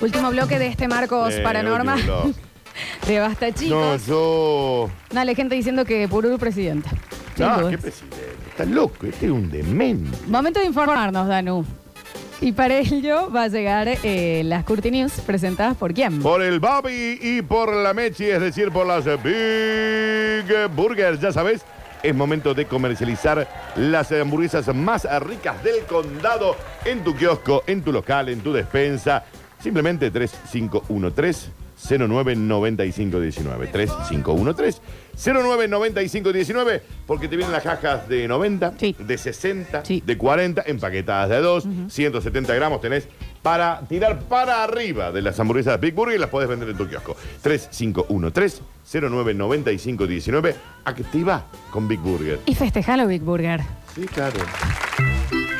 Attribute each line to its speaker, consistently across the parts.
Speaker 1: Último bloque de este Marcos
Speaker 2: Eh,
Speaker 1: Paranormal.
Speaker 2: último bloque.
Speaker 1: de Basta,
Speaker 2: No,
Speaker 1: chicos.
Speaker 2: yo.
Speaker 1: No, la gente diciendo que Pururu presidenta. Sin
Speaker 2: No,
Speaker 1: dudas.
Speaker 2: qué presidente. Está loco, este es un demente.
Speaker 1: Momento de informarnos, Danú. Y para ello va a llegar eh, las Curti News presentadas por quién.
Speaker 2: Por el Bobby y por la Mechi, es decir, por las Big Burgers, ya sabes. Es momento de comercializar las hamburguesas más ricas del condado en tu kiosco, en tu local, en tu despensa. Simplemente 3513-099519. 3513-099519. Porque te vienen las cajas de 90,
Speaker 1: Sí.
Speaker 2: de 60,
Speaker 1: Sí.
Speaker 2: de 40, empaquetadas de 2, 170 gramos tenés para tirar para arriba de las hamburguesas Big Burger y las podés vender en tu kiosco. 3513-099519. Activa con Big Burger.
Speaker 1: Y festejalo, Big Burger.
Speaker 2: Sí, claro.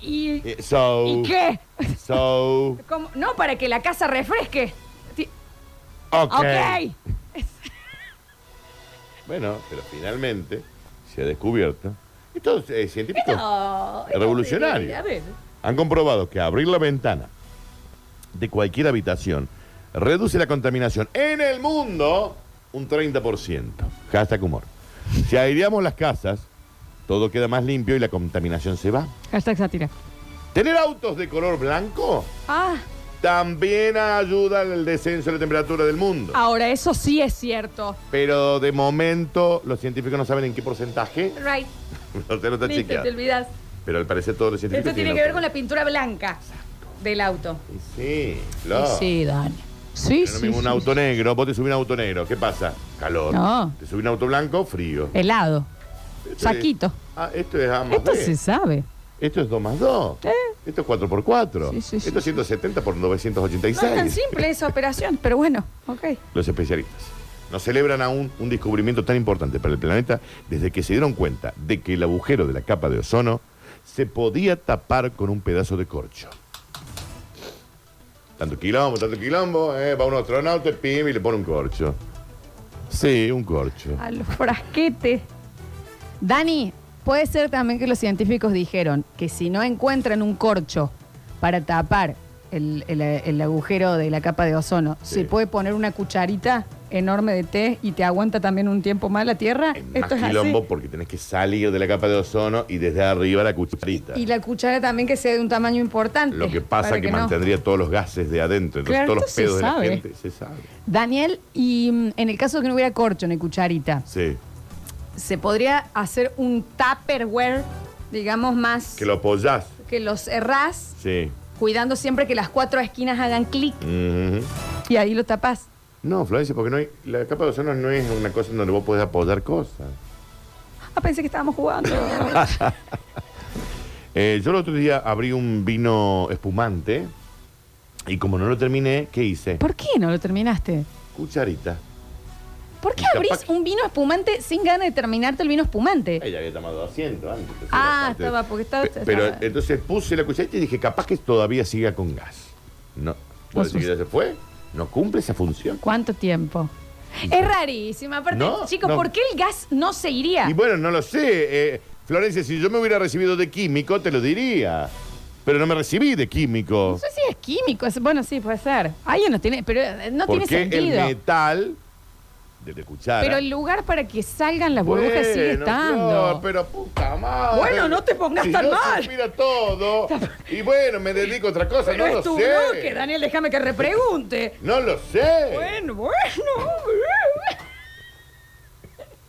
Speaker 1: ¿Y,
Speaker 2: Eh, so,
Speaker 1: ¿y qué?
Speaker 2: So.
Speaker 1: ¿Cómo? No, para que la casa refresque. Ti-
Speaker 2: Ok.
Speaker 1: Ok.
Speaker 2: Bueno, pero finalmente se ha descubierto. Esto es eh, científico.
Speaker 1: No,
Speaker 2: Es revolucionario.
Speaker 1: A ver.
Speaker 2: Han comprobado que abrir la ventana de cualquier habitación reduce la contaminación en el mundo un 30%. Hashtag humor. Si aireamos las casas, todo queda más limpio y la contaminación se va.
Speaker 1: Hashtag sátira.
Speaker 2: Tener autos de color blanco
Speaker 1: Ah,
Speaker 2: también ayuda al descenso de la temperatura del mundo.
Speaker 1: ahora eso sí es cierto.
Speaker 2: Pero de momento los científicos no saben en qué porcentaje.
Speaker 1: Right.
Speaker 2: No se lo está
Speaker 1: Listo,
Speaker 2: chequeando.
Speaker 1: te olvidas.
Speaker 2: Pero al parecer todos los científicos.
Speaker 1: Esto tiene
Speaker 2: tienen
Speaker 1: que ver
Speaker 2: autos.
Speaker 1: con la pintura blanca del auto.
Speaker 2: Sí, claro.
Speaker 1: Sí, Dani. Sí,
Speaker 2: Ah. No es lo
Speaker 1: sí.
Speaker 2: mismo un
Speaker 1: sí,
Speaker 2: auto negro, vos te subís a un auto negro, ¿qué pasa? Calor.
Speaker 1: No.
Speaker 2: Te subís a un auto blanco, frío.
Speaker 1: sí. Helado.
Speaker 2: Esto es-
Speaker 1: Saquito.
Speaker 2: ah, esto es A más
Speaker 1: Esto
Speaker 2: B.
Speaker 1: se sabe.
Speaker 2: Esto es 2 más 2.
Speaker 1: Eh.
Speaker 2: Esto es 4 por 4.
Speaker 1: Sí, sí, sí,
Speaker 2: esto es 170 por
Speaker 1: No es tan
Speaker 2: 986.
Speaker 1: simple esa operación, pero bueno, ok.
Speaker 2: Los especialistas nos celebran aún un descubrimiento tan importante para el planeta desde que se dieron cuenta de que el agujero de la capa de ozono se podía tapar con un pedazo de corcho. Tanto quilombo, tanto quilombo, eh, va un astronauta, pim, y le pone un corcho. Sí, un corcho.
Speaker 1: A los frasquetes. Dani, puede ser también que los científicos dijeron que si no encuentran un corcho para tapar el, el- el agujero de la capa de ozono,
Speaker 2: Sí.
Speaker 1: se puede poner una cucharita enorme de té y te aguanta también un tiempo más la tierra.
Speaker 2: Es más
Speaker 1: Esto es
Speaker 2: quilombo
Speaker 1: así.
Speaker 2: porque tenés que salir de la capa de ozono y desde arriba la cucharita.
Speaker 1: Y la cuchara también que sea de un tamaño importante.
Speaker 2: Lo que pasa
Speaker 1: para
Speaker 2: que,
Speaker 1: no.
Speaker 2: mantendría todos los gases de adentro, entonces
Speaker 1: Claro,
Speaker 2: todos los
Speaker 1: esto se
Speaker 2: pedos de la
Speaker 1: sabe.
Speaker 2: gente se sabe.
Speaker 1: Daniel, y mm, en el caso de que no hubiera corcho ni cucharita,
Speaker 2: Sí.
Speaker 1: ¿se podría hacer un tupperware, digamos, más
Speaker 2: Que lo apoyás.
Speaker 1: que los cerrás
Speaker 2: Sí.
Speaker 1: cuidando siempre que las cuatro esquinas hagan clic
Speaker 2: Ujú.
Speaker 1: y ahí lo tapás.
Speaker 2: No, Florencia, porque no hay, la capa de ozono no es una cosa en donde vos podés apoyar cosas.
Speaker 1: Ah, pensé que estábamos jugando.
Speaker 2: Eh, yo el otro día abrí un vino espumante y como no lo terminé, ¿qué hice?
Speaker 1: ¿Por qué no lo terminaste?
Speaker 2: Cucharita.
Speaker 1: ¿Por qué
Speaker 2: Y capaz
Speaker 1: abrís
Speaker 2: que-
Speaker 1: un vino espumante sin ganas de terminarte el vino espumante?
Speaker 2: Ella había tomado asiento antes. entonces
Speaker 1: Ah,
Speaker 2: era parte de-
Speaker 1: estaba, porque estaba-
Speaker 2: Pe- Pero
Speaker 1: estaba-
Speaker 2: entonces puse la cucharita y dije, capaz que todavía siga con gas. No.
Speaker 1: No
Speaker 2: ¿Vos decís que ya se fue? No cumple esa función.
Speaker 1: ¿Cuánto tiempo? Es rarísima. Aparte,
Speaker 2: No,
Speaker 1: chicos,
Speaker 2: no.
Speaker 1: ¿por qué el gas no se iría?
Speaker 2: Y bueno, no lo sé. eh, Florencia, si yo me hubiera recibido de químico, te lo diría. Pero no me recibí de
Speaker 1: No
Speaker 2: químico.
Speaker 1: sé si es químico. es- Bueno, sí, puede ser. Ahí no tiene, pero eh, no tiene
Speaker 2: porque
Speaker 1: sentido.
Speaker 2: el metal de la cuchara.
Speaker 1: Pero el lugar para que salgan las burbujas sigue
Speaker 2: Bueno,
Speaker 1: estando.
Speaker 2: Flor, pero puta madre.
Speaker 1: Bueno, no te pongas
Speaker 2: Si
Speaker 1: tan
Speaker 2: yo
Speaker 1: mal.
Speaker 2: supiera todo. Y bueno, me dedico a otra cosa.
Speaker 1: Pero
Speaker 2: no
Speaker 1: es
Speaker 2: lo
Speaker 1: tu
Speaker 2: sé.
Speaker 1: bloque, Daniel, déjame que repregunte.
Speaker 2: No lo sé.
Speaker 1: Bueno, bueno.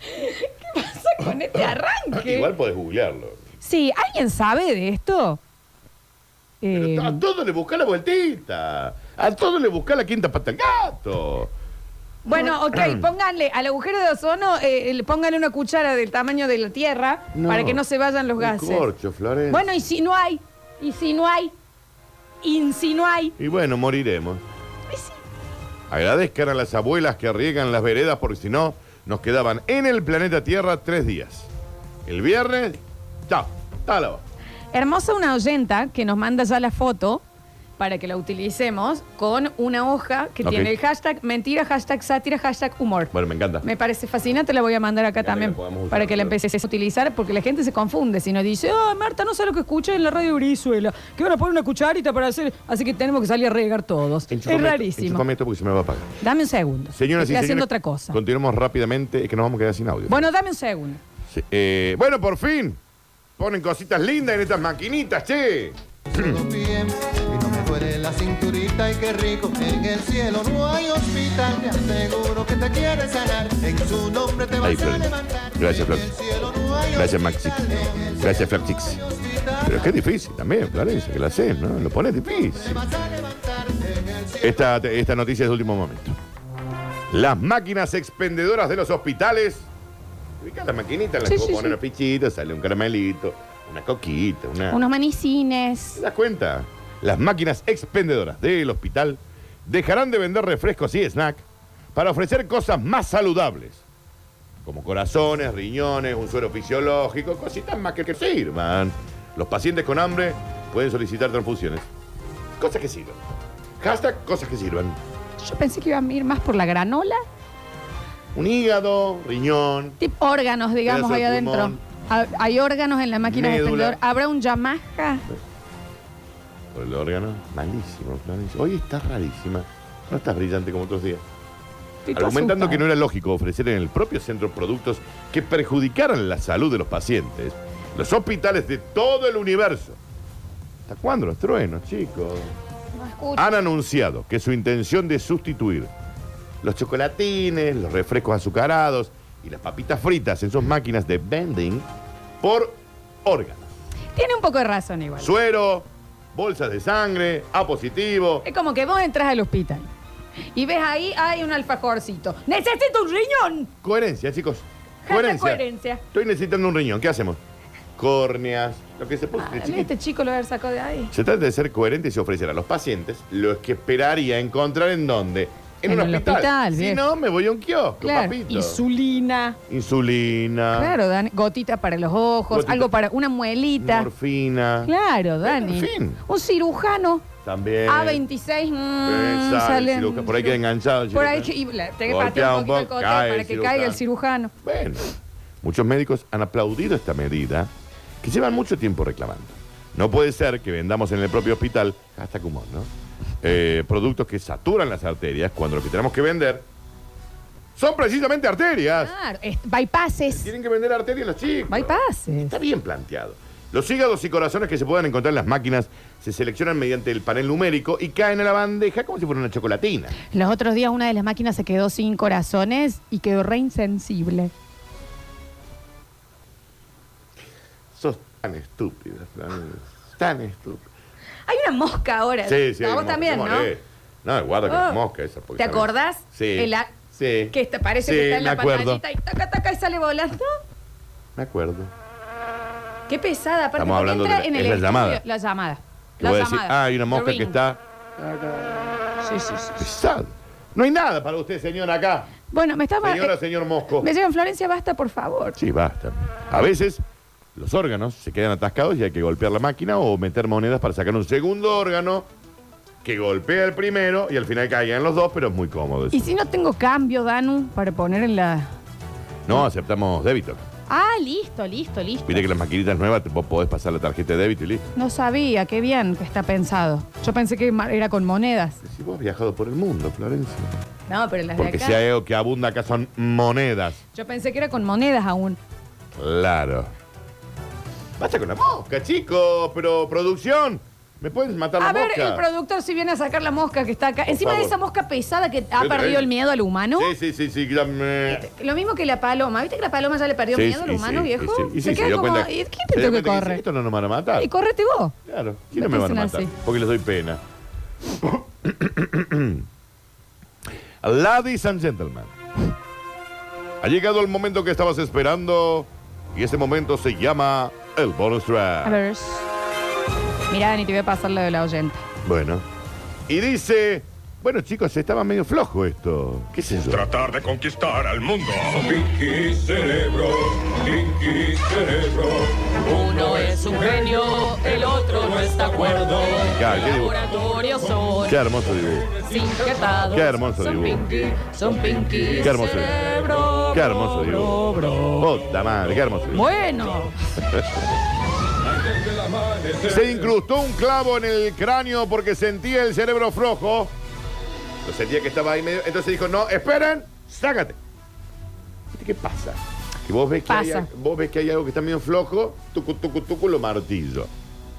Speaker 1: ¿Qué pasa con este arranque?
Speaker 2: Ah, Igual podés googlearlo.
Speaker 1: Sí, ¿alguien sabe de esto? Eh,
Speaker 2: Pero a todo le busca la vueltita. A todo le busca la quinta pata al gato.
Speaker 1: bueno, ok, pónganle al agujero de ozono, eh, eh, pónganle una cuchara del tamaño de la Tierra
Speaker 2: No.
Speaker 1: para que no se vayan los
Speaker 2: Un
Speaker 1: gases.
Speaker 2: Corcho, Florencia.
Speaker 1: Bueno, y si no hay, y si no hay, y si no hay,
Speaker 2: Y bueno, moriremos.
Speaker 1: y si-
Speaker 2: Agradezcan a las abuelas que arriesgan las veredas porque si no, nos quedaban en el planeta Tierra tres días. El viernes, chao, tálamo.
Speaker 1: Hermosa una oyenta que nos manda ya la foto para que la utilicemos con una hoja que
Speaker 2: Ok.
Speaker 1: tiene el hashtag mentira, hashtag sátira, hashtag humor.
Speaker 2: Bueno, me encanta.
Speaker 1: Me parece fascinante, la voy a mandar acá
Speaker 2: Dale,
Speaker 1: también
Speaker 2: la podemos usar,
Speaker 1: para que la
Speaker 2: claro.
Speaker 1: empieces a utilizar porque la gente se confunde si no dice, ah, Marta, no sé lo que escuché en la radio Brizuela, que van a poner una cucharita para hacer, así que tenemos que salir a regar todos.
Speaker 2: Enchufame
Speaker 1: es
Speaker 2: esto,
Speaker 1: rarísimo.
Speaker 2: enchufame esto porque se me va a apagar.
Speaker 1: Dame un segundo.
Speaker 2: Señoras y
Speaker 1: Estoy
Speaker 2: señores,
Speaker 1: haciendo otra cosa.
Speaker 2: continuemos rápidamente, es que nos vamos a quedar sin audio.
Speaker 1: Bueno, dame un segundo.
Speaker 2: Sí, eh, bueno, por fin. Ponen cositas lindas en estas maquinitas, che.
Speaker 3: todo bien y no me duele la cinturita y qué rico en el cielo no hay hospital te aseguro que te quiere sanar en su nombre te vas
Speaker 2: Ahí,
Speaker 3: a
Speaker 2: Flor.
Speaker 3: levantar
Speaker 2: Gracias, Flor.
Speaker 3: En el cielo no hay
Speaker 2: Gracias, Maxi.
Speaker 3: hospital, en el
Speaker 2: Gracias, Flaxix.
Speaker 3: cielo no hay hospital,
Speaker 2: Pero es que es difícil también, Florencia, que la haces, ¿no? Lo pones
Speaker 3: te
Speaker 2: difícil.
Speaker 3: vas a levantar en el cielo
Speaker 2: Esta, esta noticia es de último momento. Las máquinas expendedoras de los hospitales. Ubicás la maquinita en la
Speaker 1: Sí,
Speaker 2: que vos
Speaker 1: sí,
Speaker 2: pones
Speaker 1: sí.
Speaker 2: los pichitos, sale un caramelito, una coquita, una.
Speaker 1: Unos manicines.
Speaker 2: ¿Te das cuenta? Las máquinas expendedoras del hospital dejarán de vender refrescos y snack para ofrecer cosas más saludables, como corazones, riñones, un suero fisiológico, cositas más que, que sirvan. Los pacientes con hambre pueden solicitar transfusiones. Cosas que sirvan. Hashtag cosas que sirvan.
Speaker 1: Yo pensé que iban a ir más por la granola.
Speaker 2: Un hígado, riñón.
Speaker 1: Tipo órganos, digamos,
Speaker 2: Pedazo
Speaker 1: ahí
Speaker 2: de
Speaker 1: adentro.
Speaker 2: pulmón.
Speaker 1: Ha- Hay órganos en la máquina de
Speaker 2: Médula.
Speaker 1: expendedor. ¿Habrá un Yamaha?
Speaker 2: Por el órgano, malísimo, Florencia. Hoy estás rarísima. No estás brillante como otros días.
Speaker 1: Estoy toda
Speaker 2: Argumentando
Speaker 1: asustada.
Speaker 2: que no era lógico ofrecer en el propio centro productos que perjudicaran la salud de los pacientes, los hospitales de todo el universo. ¿Hasta cuándo los truenos, chicos?
Speaker 1: No escucho.
Speaker 2: Han anunciado que su intención de sustituir los chocolatines, los refrescos azucarados y las papitas fritas en sus máquinas de vending por órganos.
Speaker 1: Tiene un poco de razón igual.
Speaker 2: Suero, bolsas de sangre, A positivo.
Speaker 1: Es como que vos entras al hospital y ves ahí hay un alfajorcito. ¡Necesito un riñón!
Speaker 2: Coherencia, chicos.
Speaker 1: Hashtag
Speaker 2: Coherencia.
Speaker 1: coherencia.
Speaker 2: Estoy necesitando un riñón. ¿Qué hacemos? Córneas, lo que se puso.
Speaker 1: Ah, este chico lo haber sacado de ahí.
Speaker 2: Se trata de ser coherentes y ofrecer a los pacientes lo que esperaría encontrar en dónde. En,
Speaker 1: En
Speaker 2: un
Speaker 1: el
Speaker 2: hospital.
Speaker 1: hospital,
Speaker 2: si
Speaker 1: bien.
Speaker 2: no, me voy a un kiosco,
Speaker 1: Claro.
Speaker 2: papito.
Speaker 1: Insulina.
Speaker 2: Insulina.
Speaker 1: Claro, Dani. Gotita para los ojos,
Speaker 2: Gotita.
Speaker 1: algo para una muelita.
Speaker 2: Morfina.
Speaker 1: Claro, Dani.
Speaker 2: En fin. Eh.
Speaker 1: Un cirujano.
Speaker 2: También.
Speaker 1: A26. mm,
Speaker 2: Exacto,
Speaker 1: salen-
Speaker 2: ciruja- por ahí queda enganchado el
Speaker 1: Por ahí,
Speaker 2: cirujano.
Speaker 1: y la- tenés que
Speaker 2: Golpea
Speaker 1: patear un
Speaker 2: un
Speaker 1: poquito el
Speaker 2: poco,
Speaker 1: cote
Speaker 2: cae
Speaker 1: para
Speaker 2: el
Speaker 1: que caiga el cirujano.
Speaker 2: Bueno, muchos médicos han aplaudido esta medida que llevan mucho tiempo reclamando. No puede ser que vendamos en el propio hospital, hasta humor, ¿no? Eh, productos que saturan las arterias cuando lo que tenemos que vender son precisamente arterias.
Speaker 1: Claro, es- bypasses.
Speaker 2: Tienen que vender arterias los chicos.
Speaker 1: Bypasses.
Speaker 2: Está bien planteado. Los hígados y corazones que se puedan encontrar en las máquinas se seleccionan mediante el panel numérico y caen en la bandeja como si fuera una chocolatina.
Speaker 1: Los otros días una de las máquinas se quedó sin corazones y quedó re insensible.
Speaker 2: Sos tan estúpida, Florencia, Tan estúpida.
Speaker 1: Hay una mosca ahora.
Speaker 2: Sí, sí.
Speaker 1: A
Speaker 2: hay
Speaker 1: vos
Speaker 2: mosca,
Speaker 1: también,
Speaker 2: se
Speaker 1: ¿no?
Speaker 2: molesta. No, guarda con
Speaker 1: Oh.
Speaker 2: las moscas esa. porque
Speaker 1: ¿Te
Speaker 2: sabe-
Speaker 1: acordás?
Speaker 2: Sí.
Speaker 1: El a-
Speaker 2: sí.
Speaker 1: Que está- parece
Speaker 2: Sí,
Speaker 1: que está en
Speaker 2: me
Speaker 1: la
Speaker 2: acuerdo.
Speaker 1: pantallita y taca, taca y sale volando.
Speaker 2: Me acuerdo.
Speaker 1: Qué pesada. Aparte,
Speaker 2: Estamos
Speaker 1: porque
Speaker 2: hablando
Speaker 1: entra
Speaker 2: de la-
Speaker 1: en
Speaker 2: es
Speaker 1: el
Speaker 2: la
Speaker 1: estudio-
Speaker 2: llamada.
Speaker 1: La llamada.
Speaker 2: Que
Speaker 1: La
Speaker 2: voy a decir,
Speaker 1: llamada.
Speaker 2: ah, hay una mosca
Speaker 1: The
Speaker 2: que
Speaker 1: ring.
Speaker 2: está
Speaker 1: Sí, sí, sí.
Speaker 2: pesada. No hay nada para usted, señora, acá.
Speaker 1: Bueno, me estaba...
Speaker 2: Señora,
Speaker 1: eh,
Speaker 2: señor Mosco.
Speaker 1: me llevan Florencia, basta, por favor.
Speaker 2: Sí, basta. A veces los órganos se quedan atascados y hay que golpear la máquina o meter monedas para sacar un segundo órgano que golpea el primero y al final caigan los dos, pero es muy cómodo. eso.
Speaker 1: Y si no tengo cambio, Danu, para poner en la...
Speaker 2: No aceptamos débito.
Speaker 1: Ah, listo, listo, listo.
Speaker 2: Viste que las maquinitas nuevas te- vos podés pasar la tarjeta de débito y listo.
Speaker 1: No sabía, qué bien que está pensado. Yo pensé que ma- era con monedas.
Speaker 2: Si vos has viajado por el mundo, Florencia.
Speaker 1: No, pero las
Speaker 2: Porque
Speaker 1: de
Speaker 2: si
Speaker 1: acá.
Speaker 2: hay algo que abunda acá son monedas.
Speaker 1: Yo pensé que era con monedas aún.
Speaker 2: Claro. Basta con la mosca, chicos, pero producción. ¿Me pueden matar la
Speaker 1: A ver,
Speaker 2: mosca?
Speaker 1: el productor si viene a sacar la mosca que está acá. Encima de
Speaker 2: favor.
Speaker 1: esa mosca pesada que ha
Speaker 2: Sí,
Speaker 1: perdido
Speaker 2: sí.
Speaker 1: el miedo al humano.
Speaker 2: Sí, sí, sí, sí. ya me-
Speaker 1: Lo mismo que la paloma. ¿Viste que la paloma ya le perdió
Speaker 2: Sí,
Speaker 1: miedo
Speaker 2: sí,
Speaker 1: al humano,
Speaker 2: sí,
Speaker 1: viejo?
Speaker 2: sí, sí. Y sí,
Speaker 1: queda
Speaker 2: se dio
Speaker 1: como,
Speaker 2: cuenta-
Speaker 1: ¿y
Speaker 2: se
Speaker 1: ¿Quién
Speaker 2: dio
Speaker 1: te que
Speaker 2: cuenta dice,
Speaker 1: corre?
Speaker 2: Esto no nos van a matar.
Speaker 1: Y córrete vos.
Speaker 2: Claro, ¿quiénes me van a
Speaker 1: Dicen
Speaker 2: matar?
Speaker 1: así.
Speaker 2: Porque les doy pena. Ladies and gentlemen, ha llegado el momento que estabas esperando y ese momento se llama el bonus track.
Speaker 1: A ver. Mirá, Dani, te voy a pasar lo de la oyente.
Speaker 2: Bueno. Y dice, bueno chicos, estaba medio flojo esto. ¿Qué es eso?
Speaker 4: Tratar de conquistar al mundo. Pinky cerebro, Pinky cerebro.
Speaker 5: Uno es un genio, el otro no está acuerdo.
Speaker 2: Ya, qué dibujo.
Speaker 5: Laboratorios son
Speaker 2: Qué hermoso dibujo.
Speaker 5: sinjetados.
Speaker 2: Qué hermoso
Speaker 5: son
Speaker 2: dibujo.
Speaker 5: Pinky, son pinky.
Speaker 2: Qué hermoso
Speaker 5: cerebro,
Speaker 2: Qué hermoso
Speaker 5: bro,
Speaker 2: dibujo.
Speaker 5: bro, bro.
Speaker 2: Puta madre, qué hermoso dibujo.
Speaker 1: Bueno.
Speaker 2: Se incrustó un clavo en el cráneo porque sentía el cerebro flojo. Lo sentía que estaba ahí medio. Entonces dijo, no, esperen, sácate. ¿Viste qué pasa? que vos ves que, hay,
Speaker 1: Pasa.
Speaker 2: vos ves que hay algo que está medio flojo, tucu, tucu, tucu, lo martillo.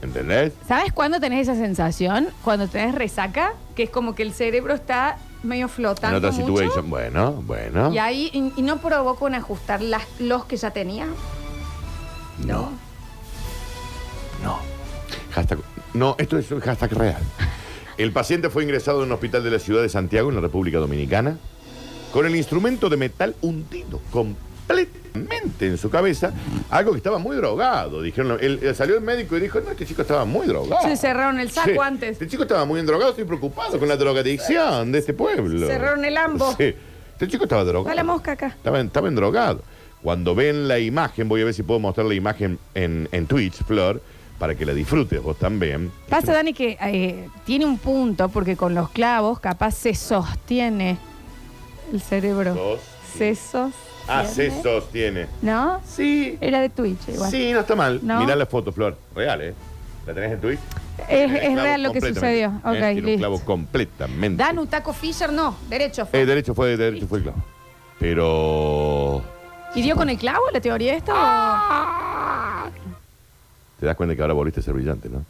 Speaker 2: ¿Entendés?
Speaker 1: ¿Sabes cuándo tenés esa sensación? Cuando tenés resaca, que es como que el cerebro está medio
Speaker 2: En
Speaker 1: flotando.
Speaker 2: otra
Speaker 1: mucho,
Speaker 2: situación. Bueno, bueno.
Speaker 1: Y ahí y, y no provoca un ajustar las, los que ya tenía.
Speaker 2: No. No. Hashtag- no, esto es un hashtag real. El paciente fue ingresado en un hospital de la ciudad de Santiago, en la República Dominicana, con el instrumento de metal hundido completamente en su cabeza, algo que estaba muy drogado. Dijeron, él, él salió el médico y dijo, no, este chico estaba muy drogado.
Speaker 1: Se cerraron el saco
Speaker 2: Sí.
Speaker 1: antes.
Speaker 2: Este chico estaba muy drogado, estoy preocupado con la drogadicción de este pueblo.
Speaker 1: Cerraron el ambo.
Speaker 2: Sí. Este chico estaba drogado.
Speaker 1: Va la mosca acá.
Speaker 2: Estaba, estaba endrogado. Cuando ven la imagen, voy a ver si puedo mostrar la imagen en, en Twitch, Flor, para que la disfrutes vos también.
Speaker 1: Pasa, Dani, que eh, tiene un punto, porque con los clavos capaz se sostiene el cerebro.
Speaker 2: Sos-
Speaker 1: Se sostiene.
Speaker 2: Ah, se sostiene.
Speaker 1: ¿No?
Speaker 2: Sí,
Speaker 1: Era de Twitch Eh, igual.
Speaker 2: sí, no está mal.
Speaker 1: ¿No?
Speaker 2: Mirá la foto, Flor. Real, ¿eh? ¿La tenés en Twitch?
Speaker 1: Es,
Speaker 2: Tiene
Speaker 1: es
Speaker 2: clavo
Speaker 1: real lo que
Speaker 2: completamente,
Speaker 1: sucedió.
Speaker 2: ¿eh?
Speaker 1: Ok,
Speaker 2: Tiene un
Speaker 1: listo.
Speaker 2: clavo completamente.
Speaker 1: Danu, Taco Fisher, no. Derecho. fue.
Speaker 2: Eh, derecho fue, derecho fue el clavo. Pero...
Speaker 1: ¿Y dio con el clavo la teoría esta?
Speaker 2: Ah. Te das cuenta que ahora volviste a ser brillante, ¿no?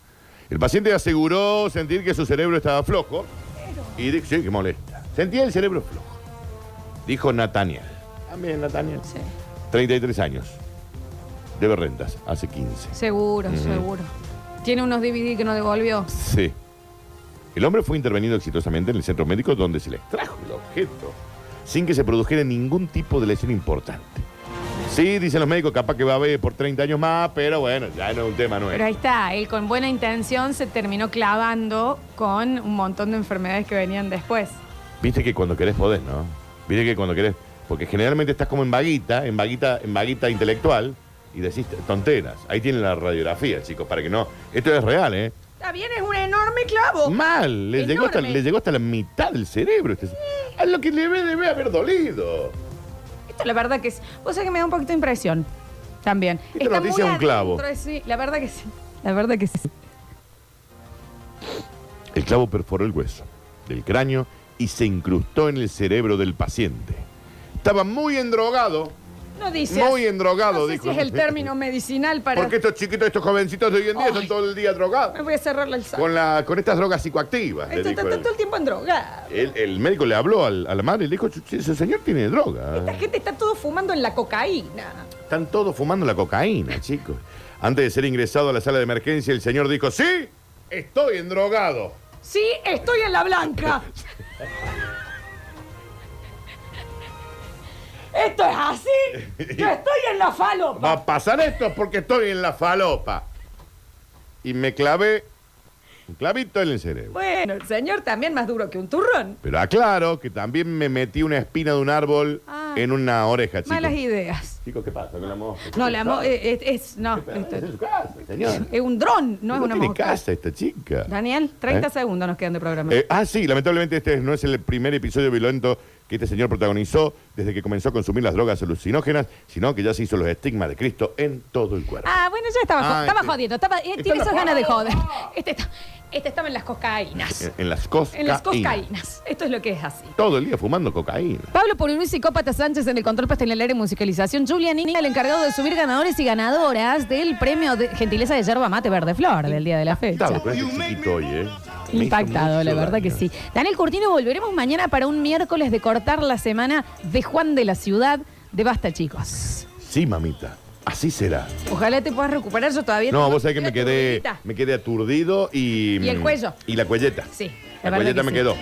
Speaker 2: El paciente aseguró sentir que su cerebro estaba flojo y dijo, sí, que molesta. Sentía el cerebro flojo. Dijo Nataniel. También Nataniel.
Speaker 1: Sí.
Speaker 2: 33 años. Debe rentas, hace 15.
Speaker 1: Seguro, seguro. Tiene unos DVD que no devolvió.
Speaker 2: Sí. El hombre fue intervenido exitosamente en el centro médico donde se le extrajo el objeto sin que se produjera ningún tipo de lesión importante. Sí, dicen los médicos, capaz que va a haber por 30 años más, pero bueno, ya no es un tema nuevo.
Speaker 1: Pero ahí está, él con buena intención se terminó clavando con un montón de enfermedades que venían después.
Speaker 2: Viste que cuando querés podés, ¿no? Viste que cuando querés. Porque generalmente estás como en vaguita, en vaguita, en vaguita intelectual, y decís tonteras. Ahí tienen la radiografía, chicos, para que no. Esto es real, ¿eh?
Speaker 1: Está bien, es un enorme clavo.
Speaker 2: Mal, le llegó, hasta,
Speaker 1: Oh, Enorme.
Speaker 2: le llegó hasta la mitad del cerebro. este- A lo que le debe, debe haber dolido.
Speaker 1: Esto la verdad que es. Vos sabés que me da un poquito de impresión. También.
Speaker 2: Esta noticia es un clavo.
Speaker 1: adentro de sí, la verdad que sí. La verdad que sí.
Speaker 2: El clavo perforó el hueso del cráneo y se incrustó en el cerebro del paciente. Estaba muy endrogado,
Speaker 1: No dice.
Speaker 2: muy endrogado,
Speaker 1: no sé
Speaker 2: dijo.
Speaker 1: si es el término medicinal para.
Speaker 2: Porque estos chiquitos, estos jovencitos de hoy en día
Speaker 1: Ay.
Speaker 2: están todo el día
Speaker 1: Me
Speaker 2: drogados.
Speaker 1: voy a cerrarle el saco.
Speaker 2: Con, la, con estas drogas psicoactivas. le
Speaker 1: Esto
Speaker 2: dijo
Speaker 1: está
Speaker 2: él.
Speaker 1: todo el tiempo en droga.
Speaker 2: El, el médico le habló al- a la madre y le dijo, "Che, ese señor tiene
Speaker 1: Esta
Speaker 2: droga.
Speaker 1: gente está todo fumando en la cocaína.
Speaker 2: Están todos fumando la cocaína, chicos. Antes de ser ingresado a la sala de emergencia, el señor dijo, sí, estoy endrogado.
Speaker 1: Sí, estoy en la blanca. Esto es así. Yo estoy en la falopa.
Speaker 2: Va a pasar esto porque estoy en la falopa. Y me clavé un clavito en el cerebro.
Speaker 1: Bueno, el señor también más duro que un turrón.
Speaker 2: Pero aclaro que también me metí una espina de un árbol
Speaker 1: Ah.
Speaker 2: en una oreja, chicos.
Speaker 1: Malas ideas.
Speaker 2: Chicos, ¿qué pasa con la mosca?
Speaker 1: No, la mo- eh, es, es- no, esto
Speaker 2: Es en su casa, señor.
Speaker 1: es un dron, no es una
Speaker 2: tiene
Speaker 1: mosca.
Speaker 2: casa esta chica.
Speaker 1: Daniel, 30
Speaker 2: ¿Eh?
Speaker 1: segundos nos quedan de programa.
Speaker 2: Eh, ah, sí, lamentablemente este no es el primer episodio violento que este señor protagonizó desde que comenzó a consumir las drogas alucinógenas, sino que ya se hizo los estigmas de Cristo en todo el cuerpo.
Speaker 1: Ah, bueno, ya estaba, jo-
Speaker 2: Ah,
Speaker 1: estaba
Speaker 2: este-
Speaker 1: jodiendo. Estaba, eh,
Speaker 2: Está
Speaker 1: tiene
Speaker 2: en la
Speaker 1: esas ganas de joder.
Speaker 2: falopa.
Speaker 1: Este, está- este estaba en las cocaínas.
Speaker 2: En, en las cosas.
Speaker 1: En las cocaínas. Esto es lo que es así.
Speaker 2: Todo el día fumando cocaína.
Speaker 1: Pablo por un psicópata Sánchez en el control pastelero y musicalización. Julian Ina, el encargado de subir ganadores y ganadoras del premio de gentileza de yerba mate verde flor del día de la fecha.
Speaker 2: Claro, con este chiquito hoy, ¿eh? Me hizo
Speaker 1: Impactado, la
Speaker 2: mucho
Speaker 1: verdad
Speaker 2: daño.
Speaker 1: que sí. Daniel Curtino, volveremos mañana para un miércoles de cortar la semana de Juan de la Ciudad de Basta, chicos.
Speaker 2: Sí, mamita. Así será.
Speaker 1: Ojalá te puedas recuperar, yo todavía
Speaker 2: No,
Speaker 1: tengo
Speaker 2: vos sabés que me
Speaker 1: la
Speaker 2: quedé,
Speaker 1: turbinita.
Speaker 2: me quedé aturdido y.
Speaker 1: Y el cuello.
Speaker 2: Y la cuelleta.
Speaker 1: Sí.
Speaker 2: La,
Speaker 1: verdad
Speaker 2: cuelleta
Speaker 1: que
Speaker 2: me
Speaker 1: sí.
Speaker 2: quedó.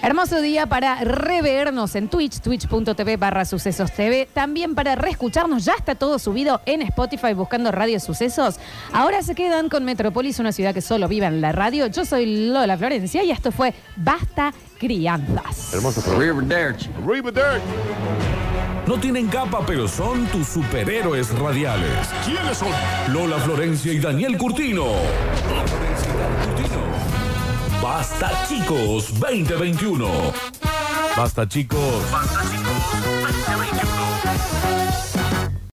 Speaker 1: Hermoso día para revernos en Twitch, twitch.tv barra sucesos TV. También para reescucharnos, ya está todo subido en Spotify buscando Radio Sucesos. Ahora se quedan con Metrópolis, una ciudad que solo vive en la radio. Yo soy Lola Florencia y esto fue Basta Crianzas.
Speaker 2: Hermoso programa. River Dirt.
Speaker 6: No tienen capa, pero son tus superhéroes radiales. ¿Quiénes son? Lola Florencia y Daniel Curtino. Lola Florencia y Daniel Curtino. Basta chicos 2021. Basta chicos. Basta chicos.